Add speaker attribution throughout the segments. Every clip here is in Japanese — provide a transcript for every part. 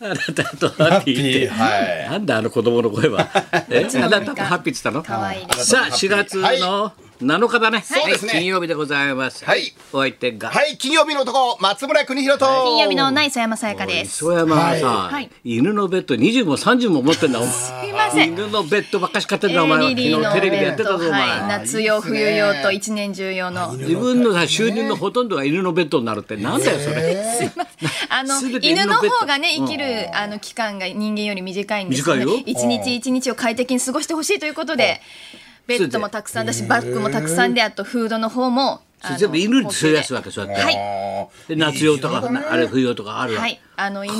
Speaker 1: あなたとハッピーって。
Speaker 2: ハッピーはい
Speaker 1: なんだあの子供の声 は。え、あなたとハッピーって言ったの
Speaker 3: 可愛いです。
Speaker 1: さあ、4月
Speaker 2: はい
Speaker 1: の7日だね。
Speaker 2: そうですね
Speaker 1: 金曜日でございます。
Speaker 2: はい。
Speaker 1: お相手が。
Speaker 2: はい、金曜日の男、松村邦弘と。
Speaker 3: 金曜日のない曽山さやかです。
Speaker 1: 磯山がさ、
Speaker 3: はい
Speaker 1: 犬のベッド20も30も持ってんだ。お前
Speaker 3: すいません。
Speaker 1: 犬のベッドばっかし買ってんだ、お前は。
Speaker 3: リリー
Speaker 1: 昨
Speaker 3: の
Speaker 1: 日テレビでやってたぞ、お
Speaker 3: お弁当はい、
Speaker 1: 前。
Speaker 3: 夏用冬用と一年中用の。
Speaker 1: 自分のさ収入のほとんどが犬のベッドになるってなんだよそれ。
Speaker 3: あの
Speaker 1: 全て
Speaker 3: 犬
Speaker 1: 犬の
Speaker 3: の
Speaker 1: ベッド
Speaker 3: 方がね生きるあの期間が人間より短いんですね
Speaker 1: 短いよ。
Speaker 3: 一日一日を快適に過ごしてほしいということで、ベッドもたくさんだしバッグもたくさんであとフードの方も
Speaker 1: そ
Speaker 3: あ
Speaker 1: れ
Speaker 3: の
Speaker 1: 全部犬に
Speaker 3: 高級
Speaker 1: 吸い
Speaker 3: で
Speaker 1: 出すわけそうやって。
Speaker 3: はい。
Speaker 1: で夏用とかあれ冬用とかあるわ。
Speaker 3: はい、あの犬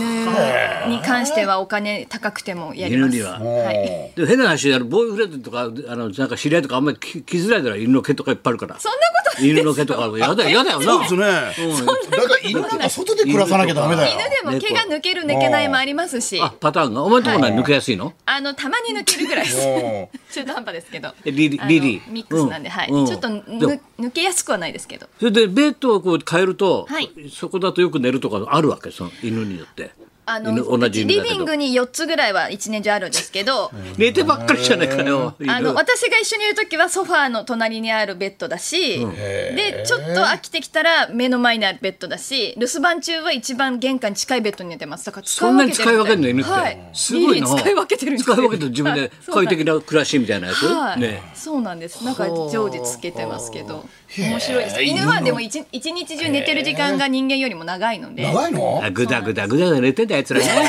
Speaker 3: に関してはお金高くてもやり
Speaker 1: 犬
Speaker 3: ます。
Speaker 1: には。
Speaker 3: はい。
Speaker 1: でも変な話あのボーイフレンドとかあのなんか知り合いとかあんまりき来づらいだろ犬の毛とかいっぱいあるから
Speaker 3: そんなことない
Speaker 1: 犬の 毛とかやだよやだよな
Speaker 2: そうですね。だから犬なんか外で暮らさなきゃダメだよ。
Speaker 3: 犬でも毛が抜ける抜けないもありますし、
Speaker 1: あパターンがお前のところに抜けやすいの、
Speaker 3: あのたまに抜けるぐらいです。
Speaker 2: お
Speaker 3: 中途半端ですけど。
Speaker 1: えリリ
Speaker 3: あの
Speaker 1: リリー
Speaker 3: ミックスなんで、
Speaker 1: うん
Speaker 3: はい、
Speaker 1: うん
Speaker 3: ちょっとぬ
Speaker 1: でも
Speaker 3: 抜けやすくはないですけど。
Speaker 1: それでベッドをこう変えると、
Speaker 3: はい
Speaker 1: そこだとよく寝るとかあるわけその犬によって
Speaker 3: あの
Speaker 1: 犬同じ犬
Speaker 3: リ
Speaker 1: だ
Speaker 3: ビ
Speaker 1: け
Speaker 3: ン
Speaker 1: ど
Speaker 3: グに4つぐらいは一年中あるんですけど、
Speaker 1: 寝てばっかりじゃないかよ犬
Speaker 3: あの私が一緒にいる時はソファーの隣にあるベッドだし、でちょっと飽きてきたら目の前にあるベッドだし留守番中は一番玄関に近いベッドに寝てますだから使
Speaker 1: そ
Speaker 3: い
Speaker 1: んな
Speaker 3: 分
Speaker 1: に
Speaker 3: けて
Speaker 1: 使い
Speaker 3: る
Speaker 1: 分けるの
Speaker 3: み
Speaker 1: 犬ったて、
Speaker 3: い
Speaker 1: すごいな
Speaker 3: リリー使い分けてるんです
Speaker 1: 使い分けて自分で
Speaker 3: そうなん
Speaker 1: 快
Speaker 3: です
Speaker 1: 適な暮らしみたいなやつ、
Speaker 3: はい、
Speaker 1: ね
Speaker 3: そうなんです。なんか常時つけてますけど、面白いです。犬はでも一一日中寝てる時間が人間よりも長いので、
Speaker 2: 長いの
Speaker 1: あぐだぐだぐだぐだ寝てんだあいつらね
Speaker 2: ぐだ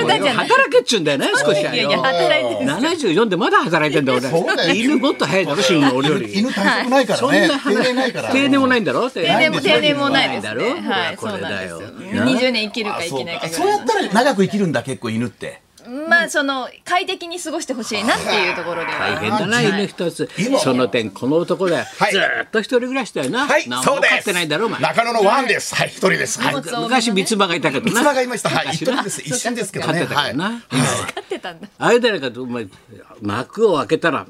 Speaker 2: ぐ
Speaker 3: だじゃない
Speaker 1: 働けっちゅうんだよね少しはよ
Speaker 3: いやいや働いてる。
Speaker 1: 74でまだ働いてんだ
Speaker 2: そうだよ
Speaker 1: 俺犬もっと早いだろ死ぬの俺より
Speaker 2: 犬退職ないか
Speaker 1: そ
Speaker 2: ら
Speaker 1: んな
Speaker 2: ね。定年ないから。
Speaker 1: 話定年もないんだろ定
Speaker 3: 定年も定年もないです
Speaker 1: だ
Speaker 3: ね。
Speaker 1: ろ
Speaker 3: はい、
Speaker 1: こ
Speaker 3: そう
Speaker 1: れ
Speaker 3: なん
Speaker 1: だ
Speaker 3: です
Speaker 1: よ
Speaker 3: よ。
Speaker 1: な
Speaker 3: 二十年生きるか生きないかぐ
Speaker 4: そう
Speaker 3: ら
Speaker 4: や
Speaker 3: い
Speaker 4: ったら長く生きるんだ結構犬って
Speaker 3: の。まあその快適に過ごしてほしいなっていうところでは。
Speaker 1: 大変だな犬一つ
Speaker 2: 今
Speaker 1: その点この男だよ
Speaker 2: い
Speaker 1: ずーっと一人暮らしだよな
Speaker 2: はい、
Speaker 1: 何
Speaker 2: そ
Speaker 1: も
Speaker 2: うで
Speaker 1: 飼っ
Speaker 2: す。
Speaker 1: てないだろお前
Speaker 2: 中野のワンです。はい、一人です。はい。
Speaker 3: 物を
Speaker 1: 昔三つ葉がいたけど
Speaker 2: 三つ
Speaker 1: な
Speaker 2: 葉がいました。はい、一人です。一瞬ですけど
Speaker 1: 飼っ
Speaker 2: ね。
Speaker 1: てた
Speaker 2: は
Speaker 1: け
Speaker 2: い
Speaker 1: ど。な、
Speaker 3: 飼ってたんだ。
Speaker 1: あれだかとお前幕を開けたら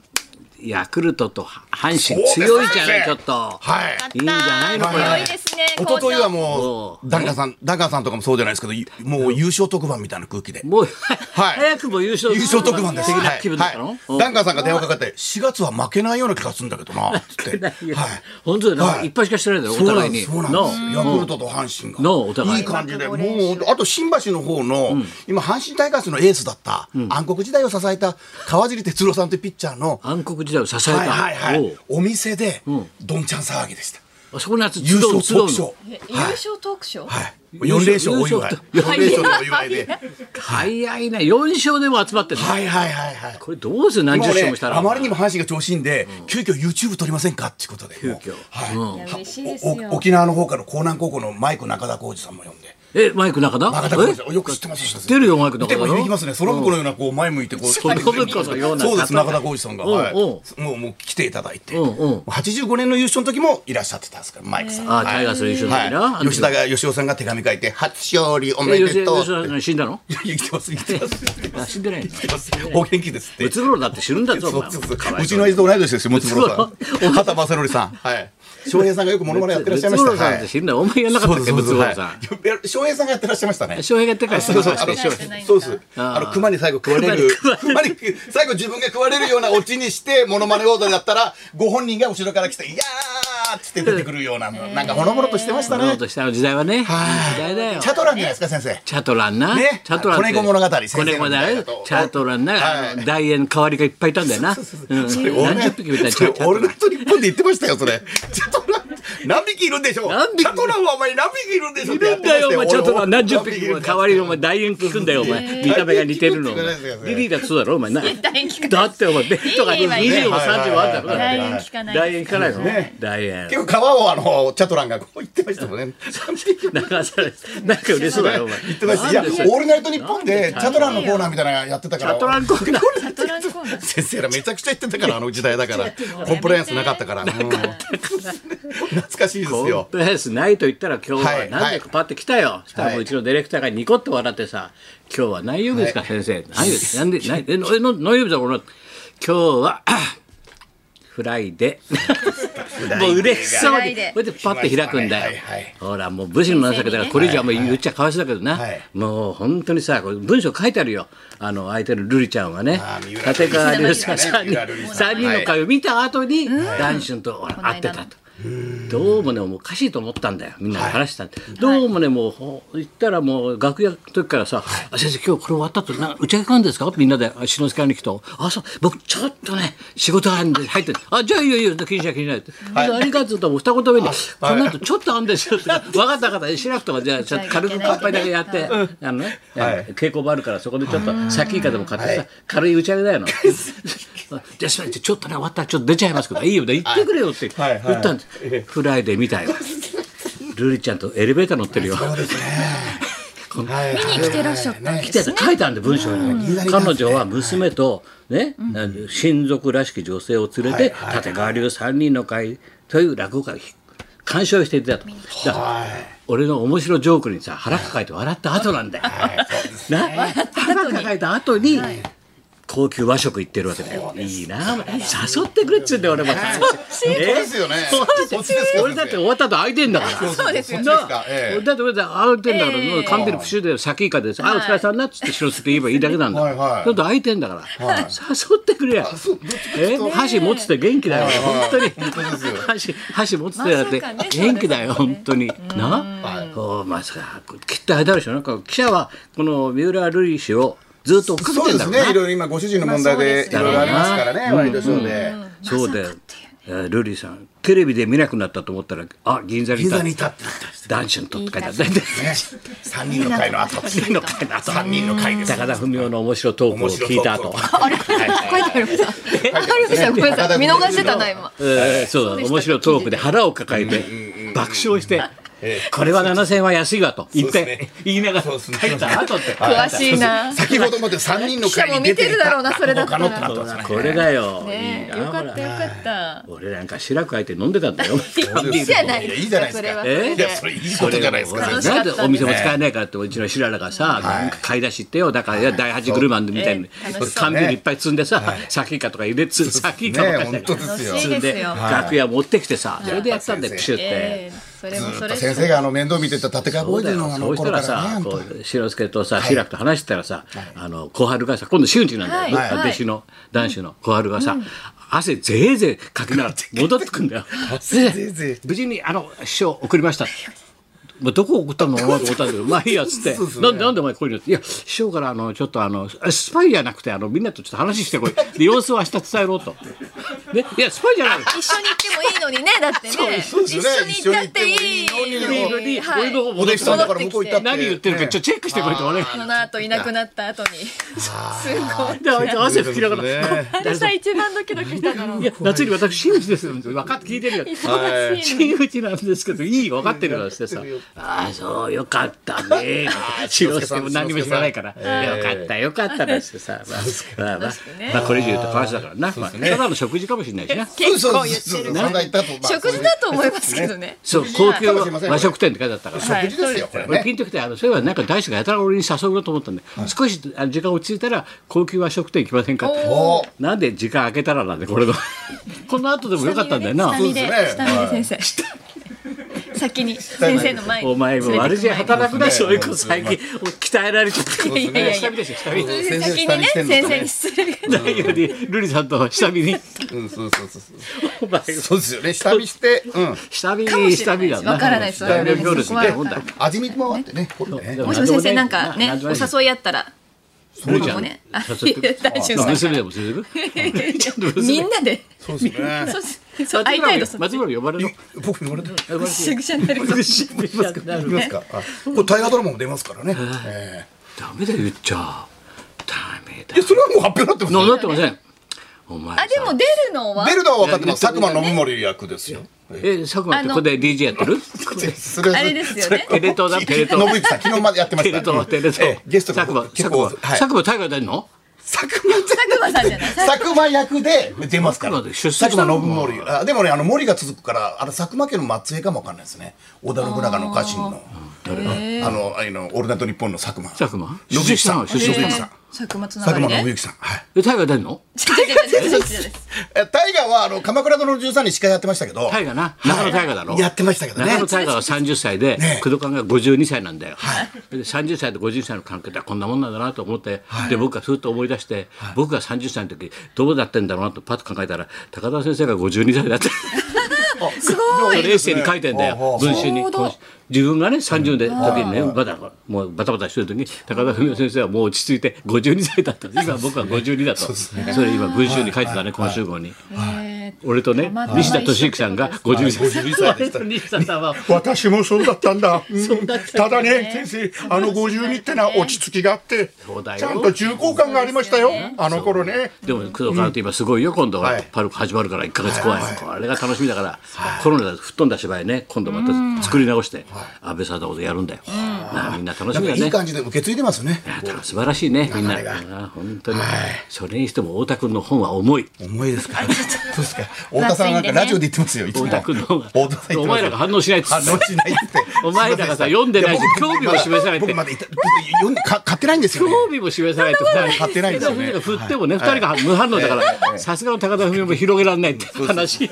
Speaker 1: ヤクルトと阪神
Speaker 2: そうです
Speaker 1: 強いじゃないちょっと
Speaker 2: はい。
Speaker 1: いいんじゃないのこれ
Speaker 3: 強いですね。
Speaker 2: 一昨日は
Speaker 3: う。
Speaker 2: もう、ダンカさん、ダンカさんとかもそうじゃないですけど、いもう優勝特番みたいな空気で。
Speaker 1: もう、
Speaker 2: い
Speaker 1: 早くも優勝
Speaker 2: 優勝特番です。
Speaker 1: 的
Speaker 2: は
Speaker 1: ない気分だったの、
Speaker 2: はいダンカさんが電話かかって、4月は負けないような気がするんだけどな、つって。 はい。
Speaker 1: 本当だよな、
Speaker 2: はい
Speaker 1: い、っぱいしかしてないんだよお
Speaker 2: そうな
Speaker 1: 互い
Speaker 2: んで
Speaker 1: に
Speaker 2: す。そうなんです
Speaker 1: なあ
Speaker 2: ヤクルトと阪神が。
Speaker 1: なあお互い
Speaker 2: い感じで、もう本当、あと新橋の方の、今、阪神タイガースのエースだった、暗黒時代を支えた川尻哲郎さんというピッチャーの、
Speaker 1: 暗黒時代を支えた、
Speaker 2: はいはいは
Speaker 1: お、
Speaker 2: いうお店で、どんちゃん騒ぎでした。
Speaker 1: あそこのやつ
Speaker 2: 優
Speaker 1: 集う
Speaker 2: 勝
Speaker 1: 集う
Speaker 2: 特
Speaker 1: の
Speaker 2: 賞。
Speaker 3: え優勝トークショー。
Speaker 2: はい。4連勝お祝い。
Speaker 1: 優
Speaker 2: 4連勝のお祝いで。
Speaker 1: 早いね4勝でも集まってる、
Speaker 2: はいはいはいはい。
Speaker 1: これどうする何十
Speaker 2: もう
Speaker 1: 勝
Speaker 2: ね
Speaker 1: もしたら、
Speaker 2: あまりにも阪神が調子いいんで、急遽 YouTube 撮りませんかっていうことで、急
Speaker 1: 遽
Speaker 3: いや
Speaker 2: は
Speaker 3: 嬉しいで
Speaker 2: い
Speaker 3: すよ
Speaker 2: おお沖縄の方から江南高校のマイク中田浩二さんも呼んで、
Speaker 1: えマイク中田
Speaker 2: 中田浩二さん、
Speaker 1: え
Speaker 2: よく知ってます知っ
Speaker 1: 知ってるよマイク中田
Speaker 2: でも響きますね、その向こうのようなこう前向いてこう、
Speaker 1: その向こうのような
Speaker 2: そうです、中田浩二さんが、
Speaker 1: うん
Speaker 2: はい
Speaker 1: うん
Speaker 2: もうもう来ていただいて、
Speaker 1: うんうん
Speaker 2: 85年の優勝の時もいらっしゃってたんですから、マイクさん。
Speaker 1: あタイガースの優勝の時なあの
Speaker 2: はい
Speaker 1: 時
Speaker 2: 吉田が吉尾さんが手紙書いて初勝利おめ
Speaker 1: 吉
Speaker 2: で
Speaker 1: 田
Speaker 2: とう。
Speaker 1: 吉田死んだの
Speaker 2: いや生きてます生きてます生きてま
Speaker 1: あ
Speaker 2: す
Speaker 1: 死んでないの
Speaker 2: 生きてますお元気ですって。
Speaker 1: ムツゴロウだって死ぬんだぞお
Speaker 2: そ
Speaker 1: 前
Speaker 2: うそうそううちの親父と同い年ですよ、ムツゴロウさん。畑正則さん。はい。翔平さんがよくモノマネやってらっしゃいま
Speaker 1: ムツ
Speaker 2: した。
Speaker 1: ゴロウさんって死んだお前やんなかったっけムツゴロウさん
Speaker 2: ん。翔平さんがやってらっしゃいましたね。
Speaker 1: 翔平がやってから
Speaker 2: そうそう、あの、
Speaker 1: 翔
Speaker 2: そう
Speaker 1: 平
Speaker 2: です。あの、熊に最後食われる。熊に、最後自分が食われるようなオチにして、モノマネオードだったら、ご本人が後ろから来て、いやーっつって出てくるような、なんかほのぼのとしてました
Speaker 1: ムツゴロウ
Speaker 2: ね。
Speaker 1: としたの時代はねいい時代だよ
Speaker 2: チャトランじゃないですか、先生。
Speaker 1: チャトランな。
Speaker 2: ね
Speaker 1: チャトランって。
Speaker 2: 子猫物語先
Speaker 1: 子
Speaker 2: 生の
Speaker 1: 猫物語
Speaker 2: みたいなと
Speaker 1: チャトラン
Speaker 2: は
Speaker 1: な。
Speaker 2: い
Speaker 1: あの大円代わりがいっぱいいたんだよな。うん
Speaker 2: それオー
Speaker 1: 何
Speaker 2: ルナ
Speaker 1: 十
Speaker 2: イト
Speaker 1: 匹みたいな
Speaker 2: そ
Speaker 1: チ
Speaker 2: れ
Speaker 1: ャ
Speaker 2: オ
Speaker 1: チャト
Speaker 2: ー
Speaker 1: ラ
Speaker 2: ル
Speaker 1: ン
Speaker 2: ナイト日本で言ってましたよそれチャトラン何匹いるんでしょう
Speaker 1: 何匹
Speaker 2: チャトランはお前何匹いるんでしょうい
Speaker 1: いるんだよ、お前、チャトラン何十匹も代わりのお前、大円聞くんだよ、お前。見た目が似てるの。お前
Speaker 2: 大円聞くって言わないですよね
Speaker 1: リリーだってそうだろ、お前な。
Speaker 3: 大円聞かない
Speaker 1: だって、お前、ベッドが
Speaker 3: リリーは
Speaker 1: 20
Speaker 3: ね
Speaker 1: も30もあったから。
Speaker 3: 大円聞かないです。
Speaker 1: 大円聞かないの大円。
Speaker 2: 結構川をあのチャトランがこう言ってましたもんね
Speaker 1: なんか それなんか嬉しそうだよ、お前。
Speaker 2: 言ってましたいや
Speaker 1: なんでそれ
Speaker 2: オールナイト日本でチャトランのコーナーみたいなのやってた
Speaker 1: チ
Speaker 2: から
Speaker 1: ャトランコーナー。
Speaker 3: チャトランコーナー。
Speaker 2: 先生らめちゃくちゃ言ってたからあの時代だからコンプライアンスなかったからうん懐かしいです
Speaker 1: コン
Speaker 2: よ
Speaker 1: プライアンスないと言ったら今日
Speaker 2: は
Speaker 1: はい何でかパッて来たよ、そしたらもううちのディレクターがニコッと笑ってさ「今日は何曜日ですか、先生何曜日ですなんで何 えのえの何曜日だろうな今日はあフライデーもう嬉しそうに
Speaker 3: フライデー
Speaker 1: これでパッと開くんだよ、
Speaker 2: しましたねはいはい
Speaker 1: ほらもう武士の情けだからこれ以上もう言っちゃかわいそうだけどな、
Speaker 2: はい
Speaker 1: もう本当にさこれ文章書いてあるよあの相手の瑠璃ちゃんはね
Speaker 2: あー三浦瑠璃
Speaker 1: 立川隆介さんに
Speaker 2: 三浦瑠璃さん
Speaker 1: 3人の会を見た後に談春とほら
Speaker 3: この間の
Speaker 1: 会ってたと。どうもねもうおかしいと思ったんだよみんなで話したんで、どうもねもうほ行ったらもう楽屋の時からさ「あ先生今日これ終わったとなんか打ち上げ会んですか?」みんなであ篠介に来と「あそう僕ちょっとね仕事があるんで入ってるあじゃあいいよいいよ気にしない気にしない」って「でありがとう」ともう二言目に「この後ちょっとあるんですよ」って「分かった分かったしなくてもじゃあちょっと軽く乾杯だけやって、あのね、稽古場あるからそこでちょっと先イカでも買ってさ、軽い打ち上げだよな。じゃあすいませんちょっとね終わったらちょっと出ちゃいますけどいいよね行ってくれよって
Speaker 2: はいはいはい
Speaker 1: 言ったんです、フライデー見たよルリちゃんとエレベーター乗ってるよ
Speaker 2: はい
Speaker 3: 見に来てらっしゃったんで
Speaker 1: 来て
Speaker 3: す
Speaker 1: て
Speaker 3: ね
Speaker 1: 書いたんで文章に、彼女は娘とね、親族らしき女性を連れて、立川流三人の会という落語会を鑑賞していたとだから俺の面白ジョークにさ腹抱えて笑った後なんだよ、な腹抱えた後に、高級和食行ってるわけだよ。いいな、誘ってくれっつうんだよ、俺も。
Speaker 2: そうですよね
Speaker 1: そう
Speaker 2: そっちですよ
Speaker 1: 俺だって終わった後空いてんだから。
Speaker 3: そうですよ
Speaker 2: そっ
Speaker 1: な
Speaker 2: ちで
Speaker 1: あ
Speaker 2: すかええ
Speaker 1: だって俺だって空いてんだから、
Speaker 3: ええ
Speaker 1: もう完璧にプシュで先以下でさ、あお疲れさんなっつって白すって言えばいいだけなんだ
Speaker 2: はいはい
Speaker 1: ちょっと空いてんだから、誘ってくれや
Speaker 2: そうどっちか
Speaker 1: え箸持ってて元気だよ、本当に
Speaker 2: 当ですよ
Speaker 1: 箸箸持っててだって
Speaker 3: まさかね
Speaker 1: 元気だよ、
Speaker 3: そうで
Speaker 1: 本
Speaker 3: すよね
Speaker 1: 当になおまさかきっとあれだろうしょなんか記者はこの三浦瑠麗氏をずっと追っか
Speaker 2: そ
Speaker 1: けてん
Speaker 2: うで
Speaker 1: だろ
Speaker 2: す
Speaker 1: う
Speaker 2: ね
Speaker 1: ない
Speaker 2: ろいろ今ご主人の問題でい
Speaker 1: そうですね
Speaker 2: ろいろありますからねワイドショーで
Speaker 1: そうだよ。えールリーさん、テレビで見なくなったと思ったら、あ、銀座にい
Speaker 2: 膝
Speaker 1: た。
Speaker 2: に立ってた
Speaker 1: ダンシュンとって書いてある。
Speaker 2: ね三人の会の後
Speaker 1: 次の回だと。
Speaker 2: 三人の会です
Speaker 1: 高田文雄の面白トークを聞いた後
Speaker 2: 面白ト。
Speaker 3: 書いてありました。ありました。ごめんなさい。見逃してたな、今。
Speaker 1: えーそうだ、面白トークで腹を抱えて、爆笑して。これは7000円は安いわと言っ
Speaker 2: そうで
Speaker 1: て言いながら
Speaker 2: そう
Speaker 1: 書
Speaker 2: ですね
Speaker 1: いた後って
Speaker 3: 詳しいな。
Speaker 2: 先ほどまで三人の会に出
Speaker 3: 記者も見てるだろうなそれだったら
Speaker 2: どうかなってなってますね
Speaker 1: これだよい
Speaker 3: ね
Speaker 1: い
Speaker 3: よ
Speaker 1: な
Speaker 3: か
Speaker 1: ほ
Speaker 3: った
Speaker 1: ら
Speaker 3: よかった。
Speaker 1: 俺なんか白く相手飲んでたんだよ
Speaker 3: いいじゃない
Speaker 2: いや
Speaker 3: で
Speaker 2: いい
Speaker 3: す
Speaker 2: じゃない
Speaker 3: か。
Speaker 2: です
Speaker 3: そ
Speaker 2: か
Speaker 3: れはそ
Speaker 1: え
Speaker 3: れ
Speaker 2: いや
Speaker 3: で。
Speaker 2: それいいことじゃないですか先
Speaker 3: 楽し
Speaker 2: 生
Speaker 3: か
Speaker 1: な
Speaker 3: った
Speaker 1: ん
Speaker 3: で
Speaker 1: ですお店も使えないかってうちの白らがさ、買い出し行ってよだからよ第八車みたいに
Speaker 3: ええ楽しそう
Speaker 1: 缶ビールいっぱい積んでさ、先イカとか入れつ先イカと
Speaker 2: ね
Speaker 1: か
Speaker 2: 本当ですよ
Speaker 3: 楽し
Speaker 1: 積
Speaker 3: い
Speaker 1: ん
Speaker 3: いいです
Speaker 1: で
Speaker 3: よ
Speaker 1: 楽屋持ってきてさそれでやったんで
Speaker 2: やっぱ先生
Speaker 1: プシュって。
Speaker 3: ええそれも
Speaker 2: ず
Speaker 3: そ
Speaker 2: っと
Speaker 3: れ。
Speaker 2: 先生があの面倒見てた立川
Speaker 1: そう
Speaker 2: ボーイ
Speaker 1: だ
Speaker 2: ズ
Speaker 1: よ
Speaker 2: のあの
Speaker 1: そうし
Speaker 2: 頃
Speaker 1: た
Speaker 2: かららね
Speaker 1: さ
Speaker 2: 本
Speaker 1: こ
Speaker 2: 当
Speaker 1: う白助とさ白くと話してたらさ、あの小春がさ今度真打ちなんだよ、
Speaker 3: はい
Speaker 1: 弟子の男子の小春がさ、汗ぜいぜいかきながら戻ってくんだよ
Speaker 2: ぜいぜい
Speaker 1: 無事にあの師匠送りましたまあ、どこ送ったのかなと思ったんだけど、まあいいやっつって、なんでなんでお前こういうのって、いや、師匠からあの、ちょっとあの、スパイじゃなくて、あの、みんなとちょっと話してこい。で、様子を明日伝えろと。ね、いや、スパイじゃない。
Speaker 3: 一緒に行ってもいいのにね、だってね。
Speaker 2: そうです
Speaker 3: 一
Speaker 2: よね
Speaker 3: 緒に行ったっていい
Speaker 2: 一緒に
Speaker 1: 行ってもいいのに
Speaker 3: は
Speaker 1: 俺
Speaker 3: い
Speaker 1: の方も
Speaker 2: お弟子さんだから向こう行ったって
Speaker 1: 何言ってるか、ちょっとチェックしてこいと、俺。
Speaker 3: その後いなくなった後に。すごい。
Speaker 1: で、あいつ汗拭きながら、
Speaker 2: ね
Speaker 5: 私は一番ドキドキしたの
Speaker 1: いや、夏に私、真打ちですよ。分かって聞いてるよ。
Speaker 5: 忙しい
Speaker 1: 真打ちなんですけど、いいよ、分かってるからしてさ。ああ、そう、よかったね。志の輔も何にも知らないから、よかった、よかったなんてさ。まあ、まあ、まあまあ、これ以上言うと、話だからな。まあ、ただの食事かもしれないしな。
Speaker 3: 結構
Speaker 2: そう
Speaker 3: 言
Speaker 2: で
Speaker 3: っ
Speaker 2: すそう
Speaker 3: て
Speaker 2: で
Speaker 3: る
Speaker 2: す。そんな行ったとまあ
Speaker 3: 食事だと思いますけどね。
Speaker 1: そう、高級
Speaker 2: かもしれません
Speaker 1: 和食店って書いてあったから。
Speaker 2: 食事ですよこれ
Speaker 1: 俺
Speaker 2: ね
Speaker 1: ピンときてあのそういえばなんか大志がやたら俺に誘うなと思ったんで、少しあの時間落ち着いたら高級和食店行きませんかって
Speaker 2: おー
Speaker 1: なんで時間空けたらなんでこ れのこの後でもよかったんだよな
Speaker 3: 下見
Speaker 2: そ
Speaker 3: で
Speaker 2: うです
Speaker 3: 下
Speaker 2: ね
Speaker 3: 見で先生。先に先生の前に。
Speaker 1: お前も悪知恵働くな
Speaker 2: そ
Speaker 1: そうう
Speaker 2: で
Speaker 1: いう
Speaker 2: すね
Speaker 1: 子最近鍛えられちゃった
Speaker 3: いやいやいや
Speaker 1: 下見ですよ下見
Speaker 2: そう
Speaker 3: 先
Speaker 2: 先生
Speaker 3: に
Speaker 2: 下
Speaker 3: ね
Speaker 2: 見してん
Speaker 3: 先
Speaker 2: の
Speaker 3: 生
Speaker 2: ね
Speaker 3: に失礼。
Speaker 1: ないように瑠璃さんと下見に
Speaker 2: うんそうそうそうそう
Speaker 1: お前
Speaker 2: そうですよね下見してうん
Speaker 1: 下見
Speaker 3: かもしれ
Speaker 1: 下
Speaker 3: ない
Speaker 1: 見
Speaker 3: で
Speaker 1: だ
Speaker 3: す
Speaker 1: な
Speaker 3: わからないです
Speaker 1: 下見の行列みたいなもんだ
Speaker 3: わ
Speaker 2: 味見もあってねこれね
Speaker 1: そう
Speaker 3: もしも先生なんかね
Speaker 1: なんで
Speaker 3: お
Speaker 1: もない
Speaker 3: 誘いあったら。
Speaker 1: そうじゃん
Speaker 3: もね。あ
Speaker 1: 誘ってく
Speaker 3: 大丈夫です
Speaker 1: 娘でもする
Speaker 3: みんなで。
Speaker 2: そうですね
Speaker 3: そうそう会いたいです。
Speaker 1: 松村呼ばれろ
Speaker 2: 僕に言われて
Speaker 1: 呼ばれ
Speaker 3: ぐしゃぐしゃになる。
Speaker 2: いますかあこれ大河ドラマも出ますからねえ
Speaker 1: ダメだよ言っちゃダメだ
Speaker 2: えいやそれはもう発表になってます
Speaker 1: な
Speaker 2: よ
Speaker 1: なってませんお前さ
Speaker 3: あでも出るのは
Speaker 2: 出るのは分かってます佐久間信盛役ですよ
Speaker 1: え佐久間ってここで DJ やって る
Speaker 2: それは
Speaker 3: あれですよ
Speaker 2: それ
Speaker 3: ね。
Speaker 1: テレ東だテレ東
Speaker 2: 信之さん昨日までやってま
Speaker 1: テ
Speaker 2: し
Speaker 1: レ
Speaker 2: た
Speaker 1: 東テレ東、
Speaker 2: ええゲストが
Speaker 1: 佐久間
Speaker 2: 結
Speaker 1: 佐
Speaker 2: 構
Speaker 1: 久間、
Speaker 2: はい
Speaker 1: 佐久間大河出るの
Speaker 2: 佐久間
Speaker 3: 佐久間さん じゃない。
Speaker 2: 佐久間役で出ますから
Speaker 1: 佐久間で出世
Speaker 2: 佐
Speaker 1: した
Speaker 2: 久間
Speaker 1: の
Speaker 2: 信盛あでもねあの森が続くからあの佐久間家の末裔かもわかんないですね織田信長の家臣のあのあのオールナイトニッポンの佐久間
Speaker 1: 佐久間
Speaker 2: 信之さん
Speaker 1: 出世したの
Speaker 2: 信之
Speaker 1: 出
Speaker 2: さん
Speaker 1: 世
Speaker 3: 佐久間つな
Speaker 2: 佐
Speaker 3: が
Speaker 2: 久
Speaker 3: り
Speaker 2: 間信
Speaker 3: で。
Speaker 2: 之さん。はい。
Speaker 1: え大河出んの
Speaker 3: 違う違う違う違う違う違う
Speaker 2: え大河はあの鎌倉殿の13人司会やってましたけど。
Speaker 1: 大河な中野大河だろ、
Speaker 2: やってましたけどね
Speaker 1: 中野。大河は30歳で、
Speaker 2: ね
Speaker 1: 工藤官が52歳なんだよ、で30歳と50歳の関係ってこんなもんなんだなと思って、で僕がふっと思い出して、僕が30歳の時どうだってんだろうなとパッと考えたら高田先生が52歳だって
Speaker 3: すご
Speaker 1: そ
Speaker 3: い。
Speaker 1: れエッセイに書いてんだ
Speaker 2: ほうほ
Speaker 1: よ文
Speaker 2: う
Speaker 1: 春に
Speaker 3: ちょうど
Speaker 1: 自分がね30で時にねまだもうバタバタしてる時に高田文夫先生はもう落ち着いて52歳だった今僕は52だとそれ今文春に書いてたね今週号に。
Speaker 3: えー
Speaker 1: 俺とね
Speaker 3: まあまあ
Speaker 1: 西田敏行さんが52歳
Speaker 2: 52歳でした
Speaker 1: 俺と西田さんは
Speaker 6: 私もそうだったん だ。うん
Speaker 1: だった
Speaker 6: だね、先生、あの52ってのは落ち着きがあって
Speaker 1: うだよ、
Speaker 6: ちゃんと重厚感がありましたよ、あの頃ね。
Speaker 1: でも工藤官って今すごいよ今度は
Speaker 2: はい
Speaker 1: パルコ始まるから1か月怖いあれが楽しみだからコロナで吹っ飛んだ芝居ね今度また作り直して安倍サダヲでやるんだよまあみんな楽し
Speaker 2: なん
Speaker 1: みだ
Speaker 2: かいい
Speaker 1: ね
Speaker 2: 感じで受け継いでますね。
Speaker 1: いや素晴らしいねみんなあ本当にそれにしても太田君の本は重い
Speaker 2: 重いですか。そうですか。太田さんなんかラジオで言ってますよ。いつも
Speaker 1: 太田君の本は
Speaker 2: 太田さん言
Speaker 1: お
Speaker 2: ってま
Speaker 1: 前
Speaker 2: す
Speaker 1: らが反応しないっつ
Speaker 2: 反
Speaker 1: って
Speaker 2: 応しないって。
Speaker 1: お前らがさ
Speaker 2: すいません
Speaker 1: 読んでないし
Speaker 2: や僕
Speaker 1: 興味を示さないって
Speaker 2: 僕まだいた僕読んでか買ってないんですよね。
Speaker 1: 興味も示さないと2人
Speaker 2: 買ってないですよね
Speaker 1: 振ってもね、二人が無反応だからさすがの高田文夫も広げられないって 話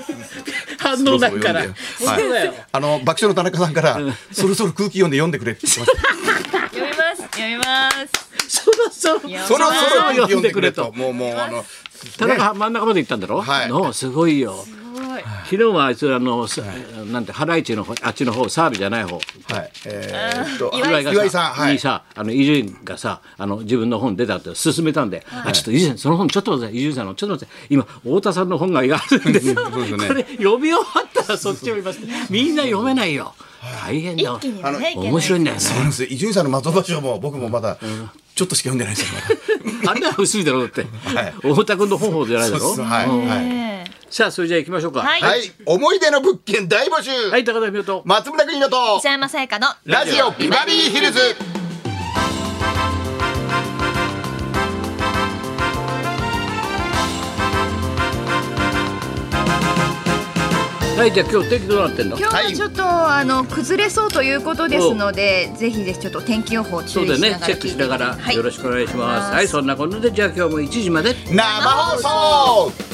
Speaker 1: 反応ないから
Speaker 2: そうそう読
Speaker 1: そ
Speaker 2: んで
Speaker 1: うだよ
Speaker 2: あの爆笑の田中さんからそろそろ空気読んで読んでくれって言ってました。
Speaker 3: 読みます読みます。
Speaker 1: そろ そろ
Speaker 2: そろそろ空気
Speaker 1: 読
Speaker 2: 読
Speaker 1: ん
Speaker 2: ん
Speaker 1: で
Speaker 2: で
Speaker 1: く
Speaker 2: く
Speaker 1: れ
Speaker 2: れ
Speaker 1: と
Speaker 2: と。もうもうあの
Speaker 1: 田中真ん中まで行ったんだろ
Speaker 2: はい
Speaker 1: のすごいよ昨日はあいつあのさなんてハライチの方あっちの方澤部じゃない方
Speaker 2: はいえーっと
Speaker 3: 岩井
Speaker 1: が
Speaker 2: 岩井さんはい
Speaker 1: にさあの伊集院がさあの自分の本出たって勧めたんで、あちょっと伊集院さんその本ちょっと待ってください伊集院さんのちょっと待ってください今太田さんの本があるんでこれ読み終わったらそっち読みますみんな読めないよ大変だ
Speaker 3: 一
Speaker 1: わ
Speaker 3: 気にはねいけない。
Speaker 1: 面白いんだよね
Speaker 2: そうなんですよ伊集院さんの松尾芭蕉も僕もまだちょっとしか読んでないんですよ。
Speaker 1: あれは薄いだろうだって、
Speaker 2: い
Speaker 1: 太田君の本法じゃないだろ
Speaker 2: そうですはいはい
Speaker 3: ね
Speaker 1: さあそれじゃあ行きましょうか
Speaker 3: はい。
Speaker 2: はい思い出の物件大募集
Speaker 1: はい高田美代と
Speaker 2: 松村邦乃と
Speaker 5: 北山さやかの
Speaker 2: ラジオビバリーヒルズ
Speaker 1: はいじゃあ今日天気どうなってんの
Speaker 3: 今日はちょっと、あの崩れそうということですので、ぜひぜひちょっと天気予報
Speaker 1: そ
Speaker 3: 注
Speaker 1: う
Speaker 3: 意
Speaker 1: だ
Speaker 3: しな
Speaker 1: ね
Speaker 3: がら
Speaker 1: チェックしながら
Speaker 3: はい
Speaker 1: よろしくお願いします、
Speaker 3: はい
Speaker 1: はいそんなこんなでじゃあ今日も1時まで
Speaker 2: 生放送